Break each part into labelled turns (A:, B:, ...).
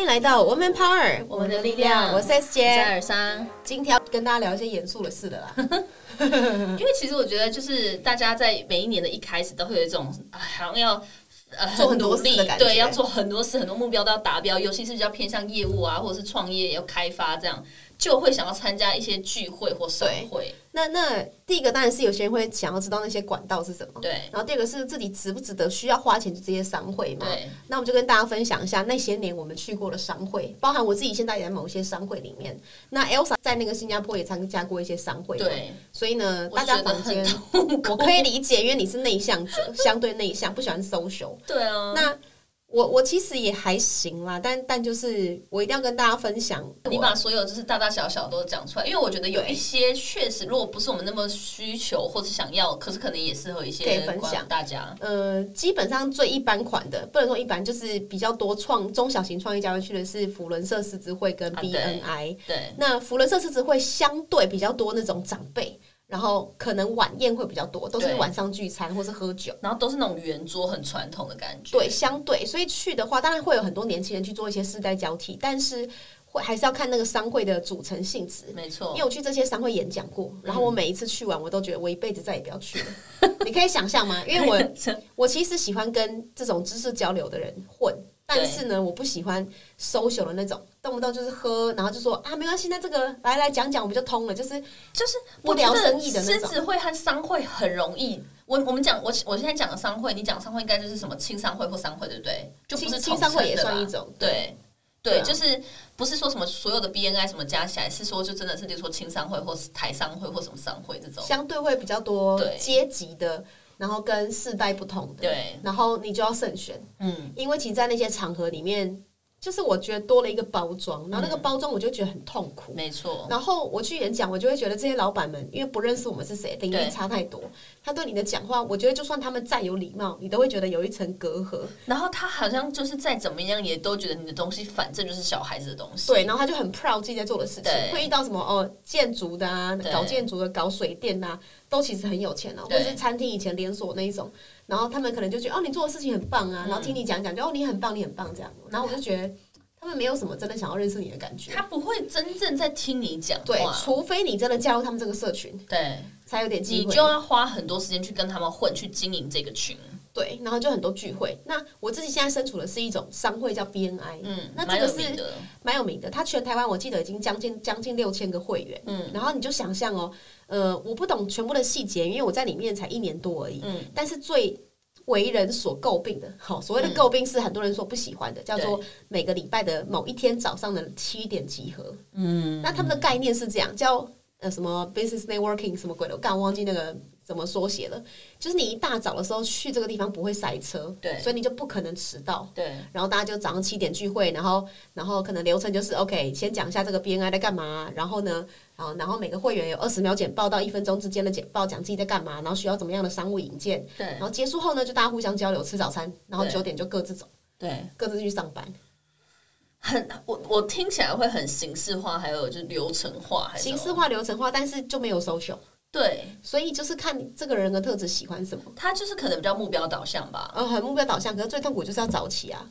A: 迎来到 Woman Power，
B: 我们的力量
A: 我是 S
B: 在
A: 姐，
B: 耳山，
A: 今天要跟大家聊一些严肃的事的啦。
B: 因为其实我觉得就是大家在每一年的一开始都会有一种，哎，好像要。呃，
A: 做很多
B: 努力
A: 事的感觉
B: 对，要做很多事，很多目标都要达标，尤其是比较偏向业务啊，或者是创业要开发这样，就会想要参加一些聚会或商会，
A: 那那第一个当然是有些人会想要知道那些管道是什么，
B: 对
A: 然后第二个是自己值不值得需要花钱去这些商会嘛？
B: 对，
A: 那我们就跟大家分享一下那些年我们去过的商会，包含我自己现在也在某些商会里面。那 Elsa 在那个新加坡也参加过一些商会，，
B: 对，
A: 所以呢，
B: 我
A: 大家
B: 觉得
A: 房间
B: 很
A: 我可以理解，因为你是内向者，相对内向，不喜欢 social。
B: 对啊，
A: 那我我其实也还行啦，但但就是我一定要跟大家分享，
B: 你把所有就是大大小小都讲出来，因为我觉得有
A: 对
B: 一些确实，如果不是我们那么需求或者想要，可是可能也适合一些
A: 可以
B: 人
A: 分
B: 管
A: 享
B: 大家。
A: 呃，基本上最一般款的，不能说一般，就是比较多创中小型创业家会去的是福伦社狮子会跟
B: 啊对
A: BNI。
B: 对，
A: 那福伦社狮子会相对比较多那种长辈，然后可能晚宴会比较多，都是
B: 对
A: 晚上聚餐或是喝酒。
B: 然后都是那种圆桌很传统的感觉。
A: 对，相对，所以去的话，当然会有很多年轻人去做一些世代交替，但是会还是要看那个商会的组成性质。
B: 没错
A: 因，为我去这些商会演讲过，然后我每一次去完，我都觉得我一辈子再也不要去了。 你可以想象吗？因为我我其实喜欢跟这种知识交流的人混，但是呢，我不喜欢 social 的那种，动不动就是喝，然后就说啊没关系，那这个来来讲讲我们就通了，就是
B: 就是
A: 不
B: 我觉
A: 聊
B: 得
A: 生意的那
B: 狮
A: 种
B: 子会和商会很容易。我我们讲我我现在讲的商会，你讲商会应该就是什么青商会或商会，对不对？就不
A: 青
B: 是
A: 青商会也
B: 统称的吧
A: 算一种，
B: 对。
A: 对
B: 对，
A: 啊
B: 就是不是说什么所有的 BNI 什么加起来，是说就真的是，例如说青商会或是台商会或什么商会这种。
A: 相对会比较多
B: 对
A: 阶级的，然后跟世代不同的，
B: 对，
A: 然后你就要慎选。
B: 嗯，
A: 因为其实，在那些场合里面，就是我觉得多了一个包装，然后那个包装我就觉得很痛苦。
B: 没错，
A: 然后我去演讲，我就会觉得这些老板们，因为不认识我们是谁，领域
B: 对
A: 差太多，他对你的讲话，我觉得就算他们再有礼貌，你都会觉得有一层隔阂。
B: 然后他好像就是再怎么样也都觉得你的东西反正就是小孩子的东西，
A: 对，然后他就很 proud 自己在做的事情，
B: 对
A: 会遇到什么哦，建筑的啊，
B: 对
A: 搞建筑的、搞水电的、啊，都其实很有钱哦，或
B: 对
A: 者是餐厅以前连锁那一种，然后他们可能就觉得哦，你做的事情很棒
B: 嗯
A: 啊，然后听你讲讲，就哦，你很棒，你很棒这样，然后我就觉得他们没有什么真的想要认识你的感觉。
B: 他不会真正在听你讲
A: 对，
B: 话，
A: 除非你真的加入他们这个社群，
B: 对，
A: 才有点机
B: 你
A: 会。
B: 就要花很多时间去跟他们混，去经营这个群，
A: 对，然后就很多聚会。那我自己现在身处的是一种商会叫 BNI，
B: 嗯，
A: 那
B: 蛮
A: 这个
B: 有
A: 是
B: 名的，
A: 蛮有名的。它全台湾我记得已经将近将近六千个会员，嗯，然后你就想象哦，呃，我不懂全部的细节，因为我在里面才一年多而已，嗯，但是最。为人所诟病的，好，所谓的诟病是很多人所不喜欢的，叫做每个礼拜的某一天早上的七点集合。嗯，那他们的概念是这样，叫呃什么 business networking 什么鬼的，我刚忘记那个怎么缩写了。就是你一大早的时候去这个地方不会塞车，
B: 对
A: 所以你就不可能迟到。
B: 对，
A: 然后大家就早上七点聚会，然后然后可能流程就是 OK，先讲一下这个 BNI 在干嘛，然后呢，啊，然后每个会员有二十秒简报到一分钟之间的简报，讲自己在干嘛，然后需要怎么样的商务引荐，
B: 对
A: 然后结束后呢，就大家互相交流吃早餐，然后
B: 对
A: 九点就各自走，
B: 对，
A: 各自去上班，
B: 很我我听起来会很形式化，还有就是流程化，哦还是
A: 形式化、流程化，但是就没有 social，
B: 对，
A: 所以就是看你这个人的特质喜欢什么。
B: 他就是可能比较目标导向吧，
A: 呃，很目标导向，可是最痛苦就是要早起啊。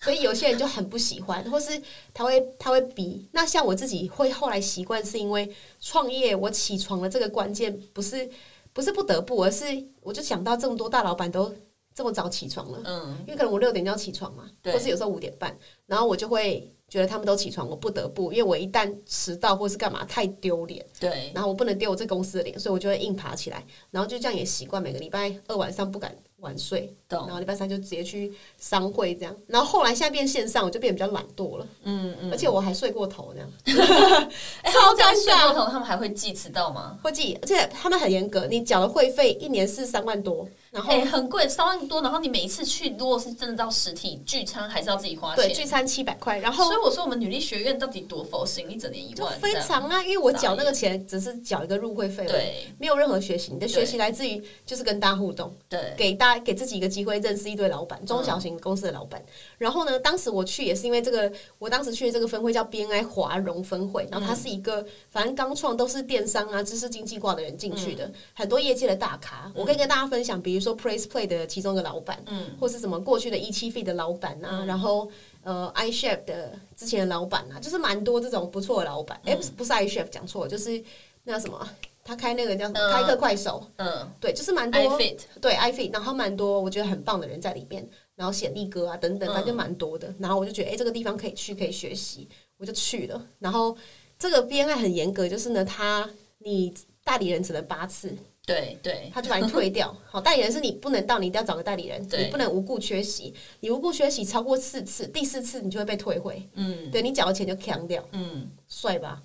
A: 所以有些人就很不喜欢，或是他会他会逼。那像我自己会后来习惯，是因为创业，我起床的这个关键不是不是不得不，而是我就想到这么多大老板都这么早起床了，
B: 嗯，
A: 因为可能我六点就要起床嘛，
B: 对
A: 或是有时候五点半，然后我就会觉得他们都起床，我不得不，因为我一旦迟到或是干嘛太丢脸。
B: 对，
A: 然后我不能丢我这公司的脸，所以我就会硬爬起来，然后就这样也习惯，每个礼拜二晚上不敢晚睡，
B: 懂
A: 然后礼拜三就直接去商会这样，然后后来现在变线上，我就变得比较懒惰了，嗯嗯，而且我还睡过头那样，
B: 哎
A: 超
B: 他们
A: 尴
B: 这样睡
A: 尬
B: 过头，他们还会记迟到吗？
A: 会记，而且他们很严格，你缴了会费一年是三万多，然后
B: 哎、很贵，三万多，然后你每一次去，如果是真的到实体聚餐，还是要自己花
A: 对
B: 钱。
A: 聚餐七百块，然后
B: 所以我说，我们女力学院到底多佛心，一整年一
A: 就
B: 万，
A: 非
B: 这样
A: 常啊，因为我缴那个钱只是缴一个入会费，，
B: 对
A: 没有任何学习，你的学习来自于就是跟大家互动。
B: 对
A: 给大给自己一个机会认识一堆老板，中小型公司的老板。然后呢，当时我去也是因为这个，我当时去的这个分会叫 BNI 华融分会，然后它是一个、反正刚创都是电商啊、知识经济挂的人进去的，很多业界的大咖。我可以跟大家分 E 享，比如说 Praise Play 的其中一个老板，嗯，或是什么过去的一七 f 的老板啊，然后。呃 iChef 的之前的老板啊，就是蛮多这种不错的老板。哎、不是不是 iChef，讲错了，就是那什么，他开那个叫什么、
B: 嗯
A: 开个快手，
B: 嗯
A: 对，就是蛮多
B: ，iFit
A: 对 iFit，然后蛮多我觉得很棒的人在里面，然后写力哥啊等等，反正
B: 嗯
A: 就蛮多的。然后我就觉得，哎、这个地方可以去，可以学习，我就去了。然后这个 BNI 很严格，就是呢，他你代理人只能八次，
B: 对对，
A: 他就把你退掉。好，代理人是你不能到，你一定要找个代理人，
B: 对
A: 你不能无故缺席。你无故缺席超过四次，第四次你就会被退回，
B: 嗯
A: 对你缴的钱就扛掉，
B: 嗯，
A: 帅吧？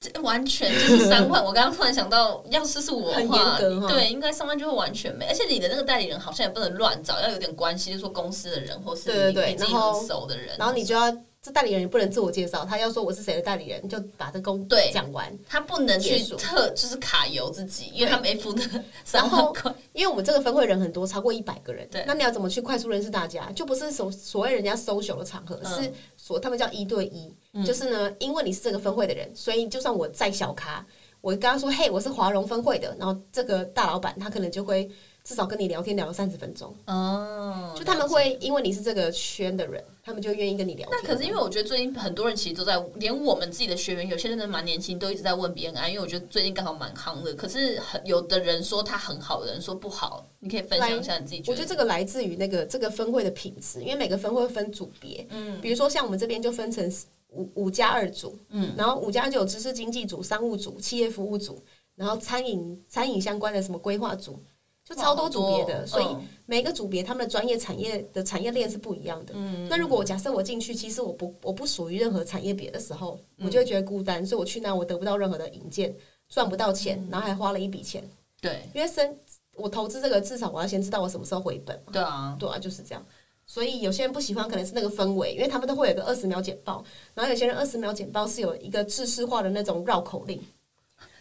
B: 这完全就是三万。我刚刚突然想到，要是是我的话，
A: 很严格哈
B: 对，应该三万就会完全没。而且你的那个代理人好像也不能乱找，要有点关系，就是说公司的人或是
A: 对对
B: 你
A: 对
B: 你自己
A: 然后
B: 很熟的人。
A: 然后你就要这代理人也不能自我介绍，他要说我是谁的代理人，就把这公
B: 对
A: 讲完。
B: 他不能去
A: 结束
B: 特就是卡油自己，因为他没付 那三
A: 然
B: 万
A: 后
B: 块。
A: 因为我们这个分会人很多，超过一百个人，
B: 对
A: 那你要怎么去快速认识大家？就不是所所谓人家 social 的场合，
B: 嗯
A: 是所他们叫一对一，就是呢，因为你是这个分会的人，所以就算我再小咖，我刚刚说嘿，我是华融分会的，然后这个大老板他可能就会至少跟你聊天聊了三十分钟，
B: 哦
A: 就他们会因为你是这个圈的人，他们就愿意跟你聊
B: 那
A: 天。
B: 可是因为我觉得最近很多人其实都在，连我们自己的学员，有些真的蛮年轻，都一直在问啊 BNI，因为我觉得最近刚好蛮夯的。可是很有的人说他很好，有的人说不好，你可以分享一下你自己
A: 我
B: 觉
A: 觉
B: 得。
A: 得这个来自于那个这个分会的品质，因为每个分会分组别，嗯，比如说像我们这边就分成五五加二组，嗯，然后五加二就有知识经济组、商务组、企业服务组，然后餐饮餐饮相关的什么规划组，就超多哦组别的，
B: 哇
A: 所以
B: 嗯
A: 每个组别他们的专业产业的产业链是不一样的。嗯，那如果我假设我进去，其实我不我不属于任何产业别的时候，我就会觉得孤单，所以我去那我得不到任何的引荐，赚不到钱，然后还花了一笔钱，
B: 对
A: 因为生我投资这个至少我要先知道我什么时候回本。
B: 对啊，
A: 对啊，就是这样。所以有些人不喜欢，可能是那个氛围，因为他们都会有一个二十秒简报，然后有些人二十秒简报是有一个制式化的那种绕口令，比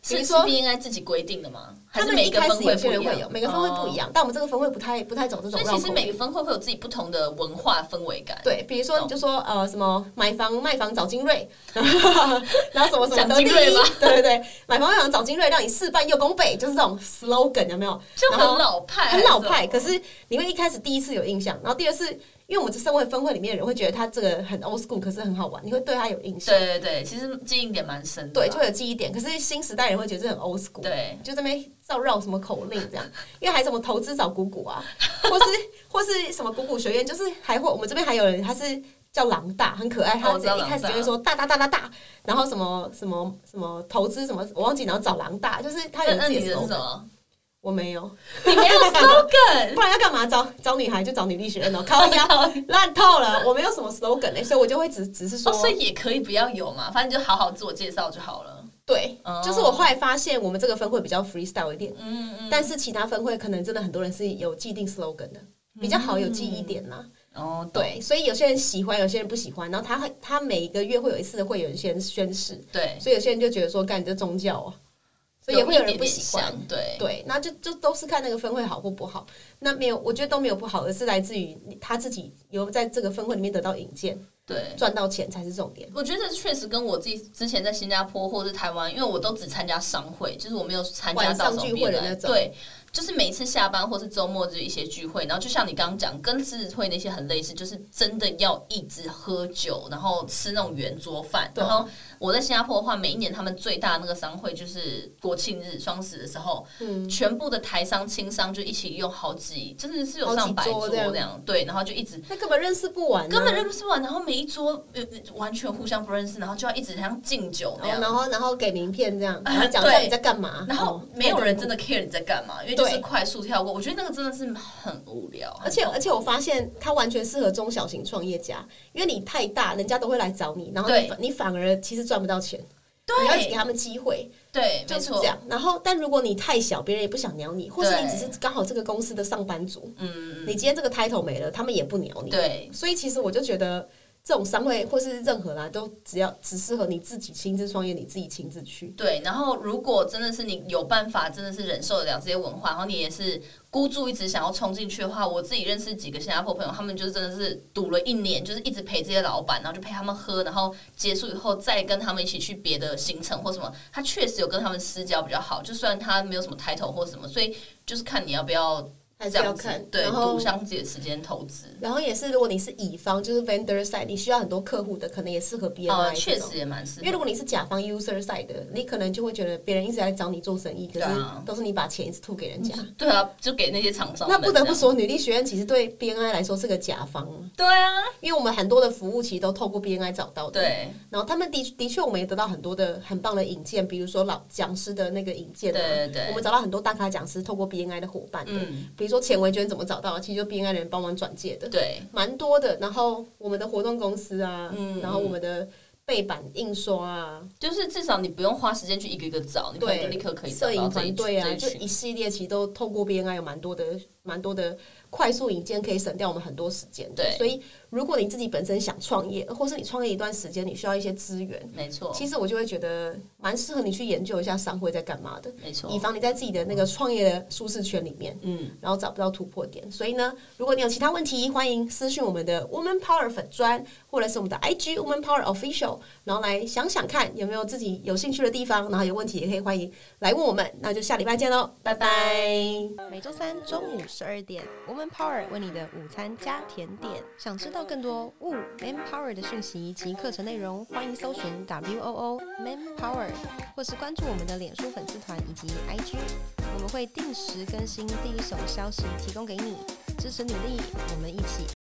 B: 是
A: 如
B: 是
A: 说
B: BNI 自己规定的吗？还
A: 他
B: 是
A: 们
B: 每
A: 一
B: 个
A: 开
B: 分
A: 始有
B: 会
A: 些
B: 不
A: 人
B: 一
A: 会
B: 样？哦
A: 有，每个分会不一样，但我们这个分会不太不太走这种
B: 所以
A: 绕
B: 其实
A: 口
B: 每
A: 令。
B: 个分会会有自己不同的文化氛围 感。
A: 对，比如说你就说呃什么买房卖房找精 锐，然后什么什么
B: 讲
A: 得第
B: 精
A: 一，
B: 锐吗
A: 对对对，买房卖房找精锐，让你事半又功倍，就是这种 slogan 有没有？
B: 就
A: 然
B: 很
A: 后
B: 老派，
A: 很老
B: 还
A: 派，
B: 什么
A: 可是你会一开始第一次有印象，然后第二次，因为我们这社会分会里面的人会觉得他这个很 old school，可是很好玩，你会对他有印象，
B: 对对对，其实记忆点蛮深的
A: 对，
B: 啦。
A: 就会有记忆点。可是新时代人会觉得这很 old school，
B: 对
A: 就这边照绕什么口令这样，因为还什么投资找股股啊，或是或是什么股股学院，就是还会我们这边还有人他是。叫狼大很可爱，
B: 哦
A: 他
B: 我
A: 直
B: 知
A: 接
B: 道
A: 一开始就会说大大大大大，然后什么什么什么投资什么，我忘记，然后找狼大，就是他有
B: 那那
A: 自
B: 你
A: 己
B: 的
A: 的
B: 是
A: slogan
B: 什么？
A: 我没有，
B: 你 没有 slogan，
A: 不然要干嘛？找找女孩就找女力学院哦，靠 腰烂透了。我没有什么 slogan 哎、所以我就会只只是说，
B: 哦，所以也可以不要有嘛，反正就好好自我介绍就好了。
A: 对，
B: 哦
A: 就是我后来发现我们这个分会比较 freestyle 一点，
B: 嗯嗯
A: 但是其他分会可能真的很多人是有既定 slogan 的，
B: 嗯
A: 比较好有记忆点啦。
B: 哦，
A: 对，所以有些人喜欢，有些人不喜欢，然后他会他每一个月会有一次会有一些人宣誓，
B: 对，
A: 所以有些人就觉得说，干你这宗教啊，所以也会有人不喜欢
B: 有。一点点像，对，
A: 对，那就就都是看那个分会好或不好。那没有，我觉得都没有不好，而是来自于他自己有在这个分会里面得到引荐，
B: 对。
A: 赚到钱才是重点。
B: 我觉得确实跟我自己之前在新加坡或是台湾，因为我都只参加商会，就是我没有参加到什么
A: 晚上聚会的那
B: BNI
A: 种
B: 对，就是每一次下班或是周末就一些聚会，然后就像你刚刚讲，跟自治会那些很类似，就是真的要一直喝酒，然后吃那种圆桌饭。
A: 对啊
B: 然后我在新加坡的话，每一年他们最大的那个商会就是国庆日、双十的时候，
A: 嗯
B: 全部的台商、轻商就一起用好几，真的是有上百
A: 好几桌
B: 桌
A: 这样
B: 这样，对，然后就一直
A: 他根本认识不完、啊，
B: 根本认不识完，然后每一桌呃完全互相不认识，然后就要一直像敬酒那
A: 然后
B: 样。
A: 然后然后给名片这样，
B: 哎
A: 然后讲一下
B: 对
A: 你在干嘛，
B: 然后
A: 哦
B: 没有人真。
A: 太痛苦
B: 的 care 你在干嘛，因为就是
A: 对
B: 快速跳过。我觉得那个真的是很无聊，
A: 而且
B: 很痛苦
A: 而且我发现他完全适合中小型创业家，因为你太大，人家都会来找你，然后你
B: 对
A: 反你反而其实赚不到钱，你要一直给
B: 对
A: 他们机会，
B: 对，没
A: 就是
B: 错
A: 这，样。然后，但如果你太小，别人也不想鸟你，或是你
B: 对
A: 只是刚好这个公司的上班族，
B: 嗯，
A: 你今天这个 title 没了，他们也不鸟你。
B: 对
A: 所以其实我就觉得这种商会或是任何啦，都只要只适合你自己亲自创业，你自己亲自去。
B: 对。然后如果真的是你有办法，真的是忍受得了这些文化，然后你也是孤注一掷想要冲进去的话，我自己认识几个新加坡朋友，他们就真的是赌了一年，就是一直陪这些老板，然后就陪他们喝，然后结束以后再跟他们一起去别的行程或什么。他确实有跟他们私交比较好，就虽然他没有什么抬头或什么，所以就是看你要不要
A: 还是
B: 这
A: 要
B: 样子
A: 看，
B: 对，
A: 然
B: 赌
A: 后
B: 上自己的时间投资。
A: 然后也是，如果你是乙方，就是 vendor side，你需要很多客户的，可能也适合 BNI、
B: 呃，确，实也蛮适
A: 因
B: 合
A: 为。如果你是甲方 user side 的，你可能就会觉得别人一直来找你做生意，可
B: 对
A: 是
B: 啊
A: 都是你把钱一直吐给人家。
B: 对啊，就给那些厂商
A: 那
B: 们
A: 不得
B: 这
A: 不
B: 样，
A: 说，女力学院其实对 BNI 来说是个甲方，
B: 对啊，
A: 因为我们很多的服务其实都透过 BNI 找到的。
B: 对
A: 然后他们的的确，我们也得到很多的很棒的引荐，比如说老讲师的那个引
B: 对
A: 荐啊，
B: 对
A: 我
B: 对，
A: 们找到很多大咖讲师透过 BNI 的伙伴的，
B: 嗯，
A: 比如说钱维娟怎么找到的，其实就 BNI 的人帮忙转介的，
B: 对，
A: 蛮多的。然后我们的活动公司啊，
B: 嗯
A: 然后我们的背板印刷啊，
B: 就是至少你不用花时间去一个一个找，你可能
A: 对
B: 就立刻可以找
A: 摄影
B: 到这一
A: 团队
B: 这
A: 啊，
B: 一
A: 就
B: 群。
A: 一系列其实都透过 BNI 有蛮多的蛮多的快速引荐，可以省掉我们很多时间的。
B: 对
A: 所以如果你自己本身想创业，或是你创业一段时间，你需要一些资源。
B: 没错，
A: 其实我就会觉得蛮适合你去研究一下商会在干嘛的，
B: 没错
A: 以，防你在自己的那个创业的舒适圈里面，
B: 嗯，
A: 然后找不到突破点。所以呢，如果你有其他问题，欢迎私讯我们的 Woman Power 粉砖，或者是我们的 IG Woman Power Official，然后来想想看有没有自己有兴趣的地方，然后有问题也可以欢迎来问我们。那就下礼拜见喽，
B: 拜拜。
C: 每周三中午十二点，Woman Power 为你的午餐加甜点。想知道更多 Wo Man Power 的讯息及课程内容，欢迎搜寻 W O O Man Power，或是关注我们的脸书粉丝团以及 IG，我们会定时更新第一手消息，提供给你支持女力，我们一起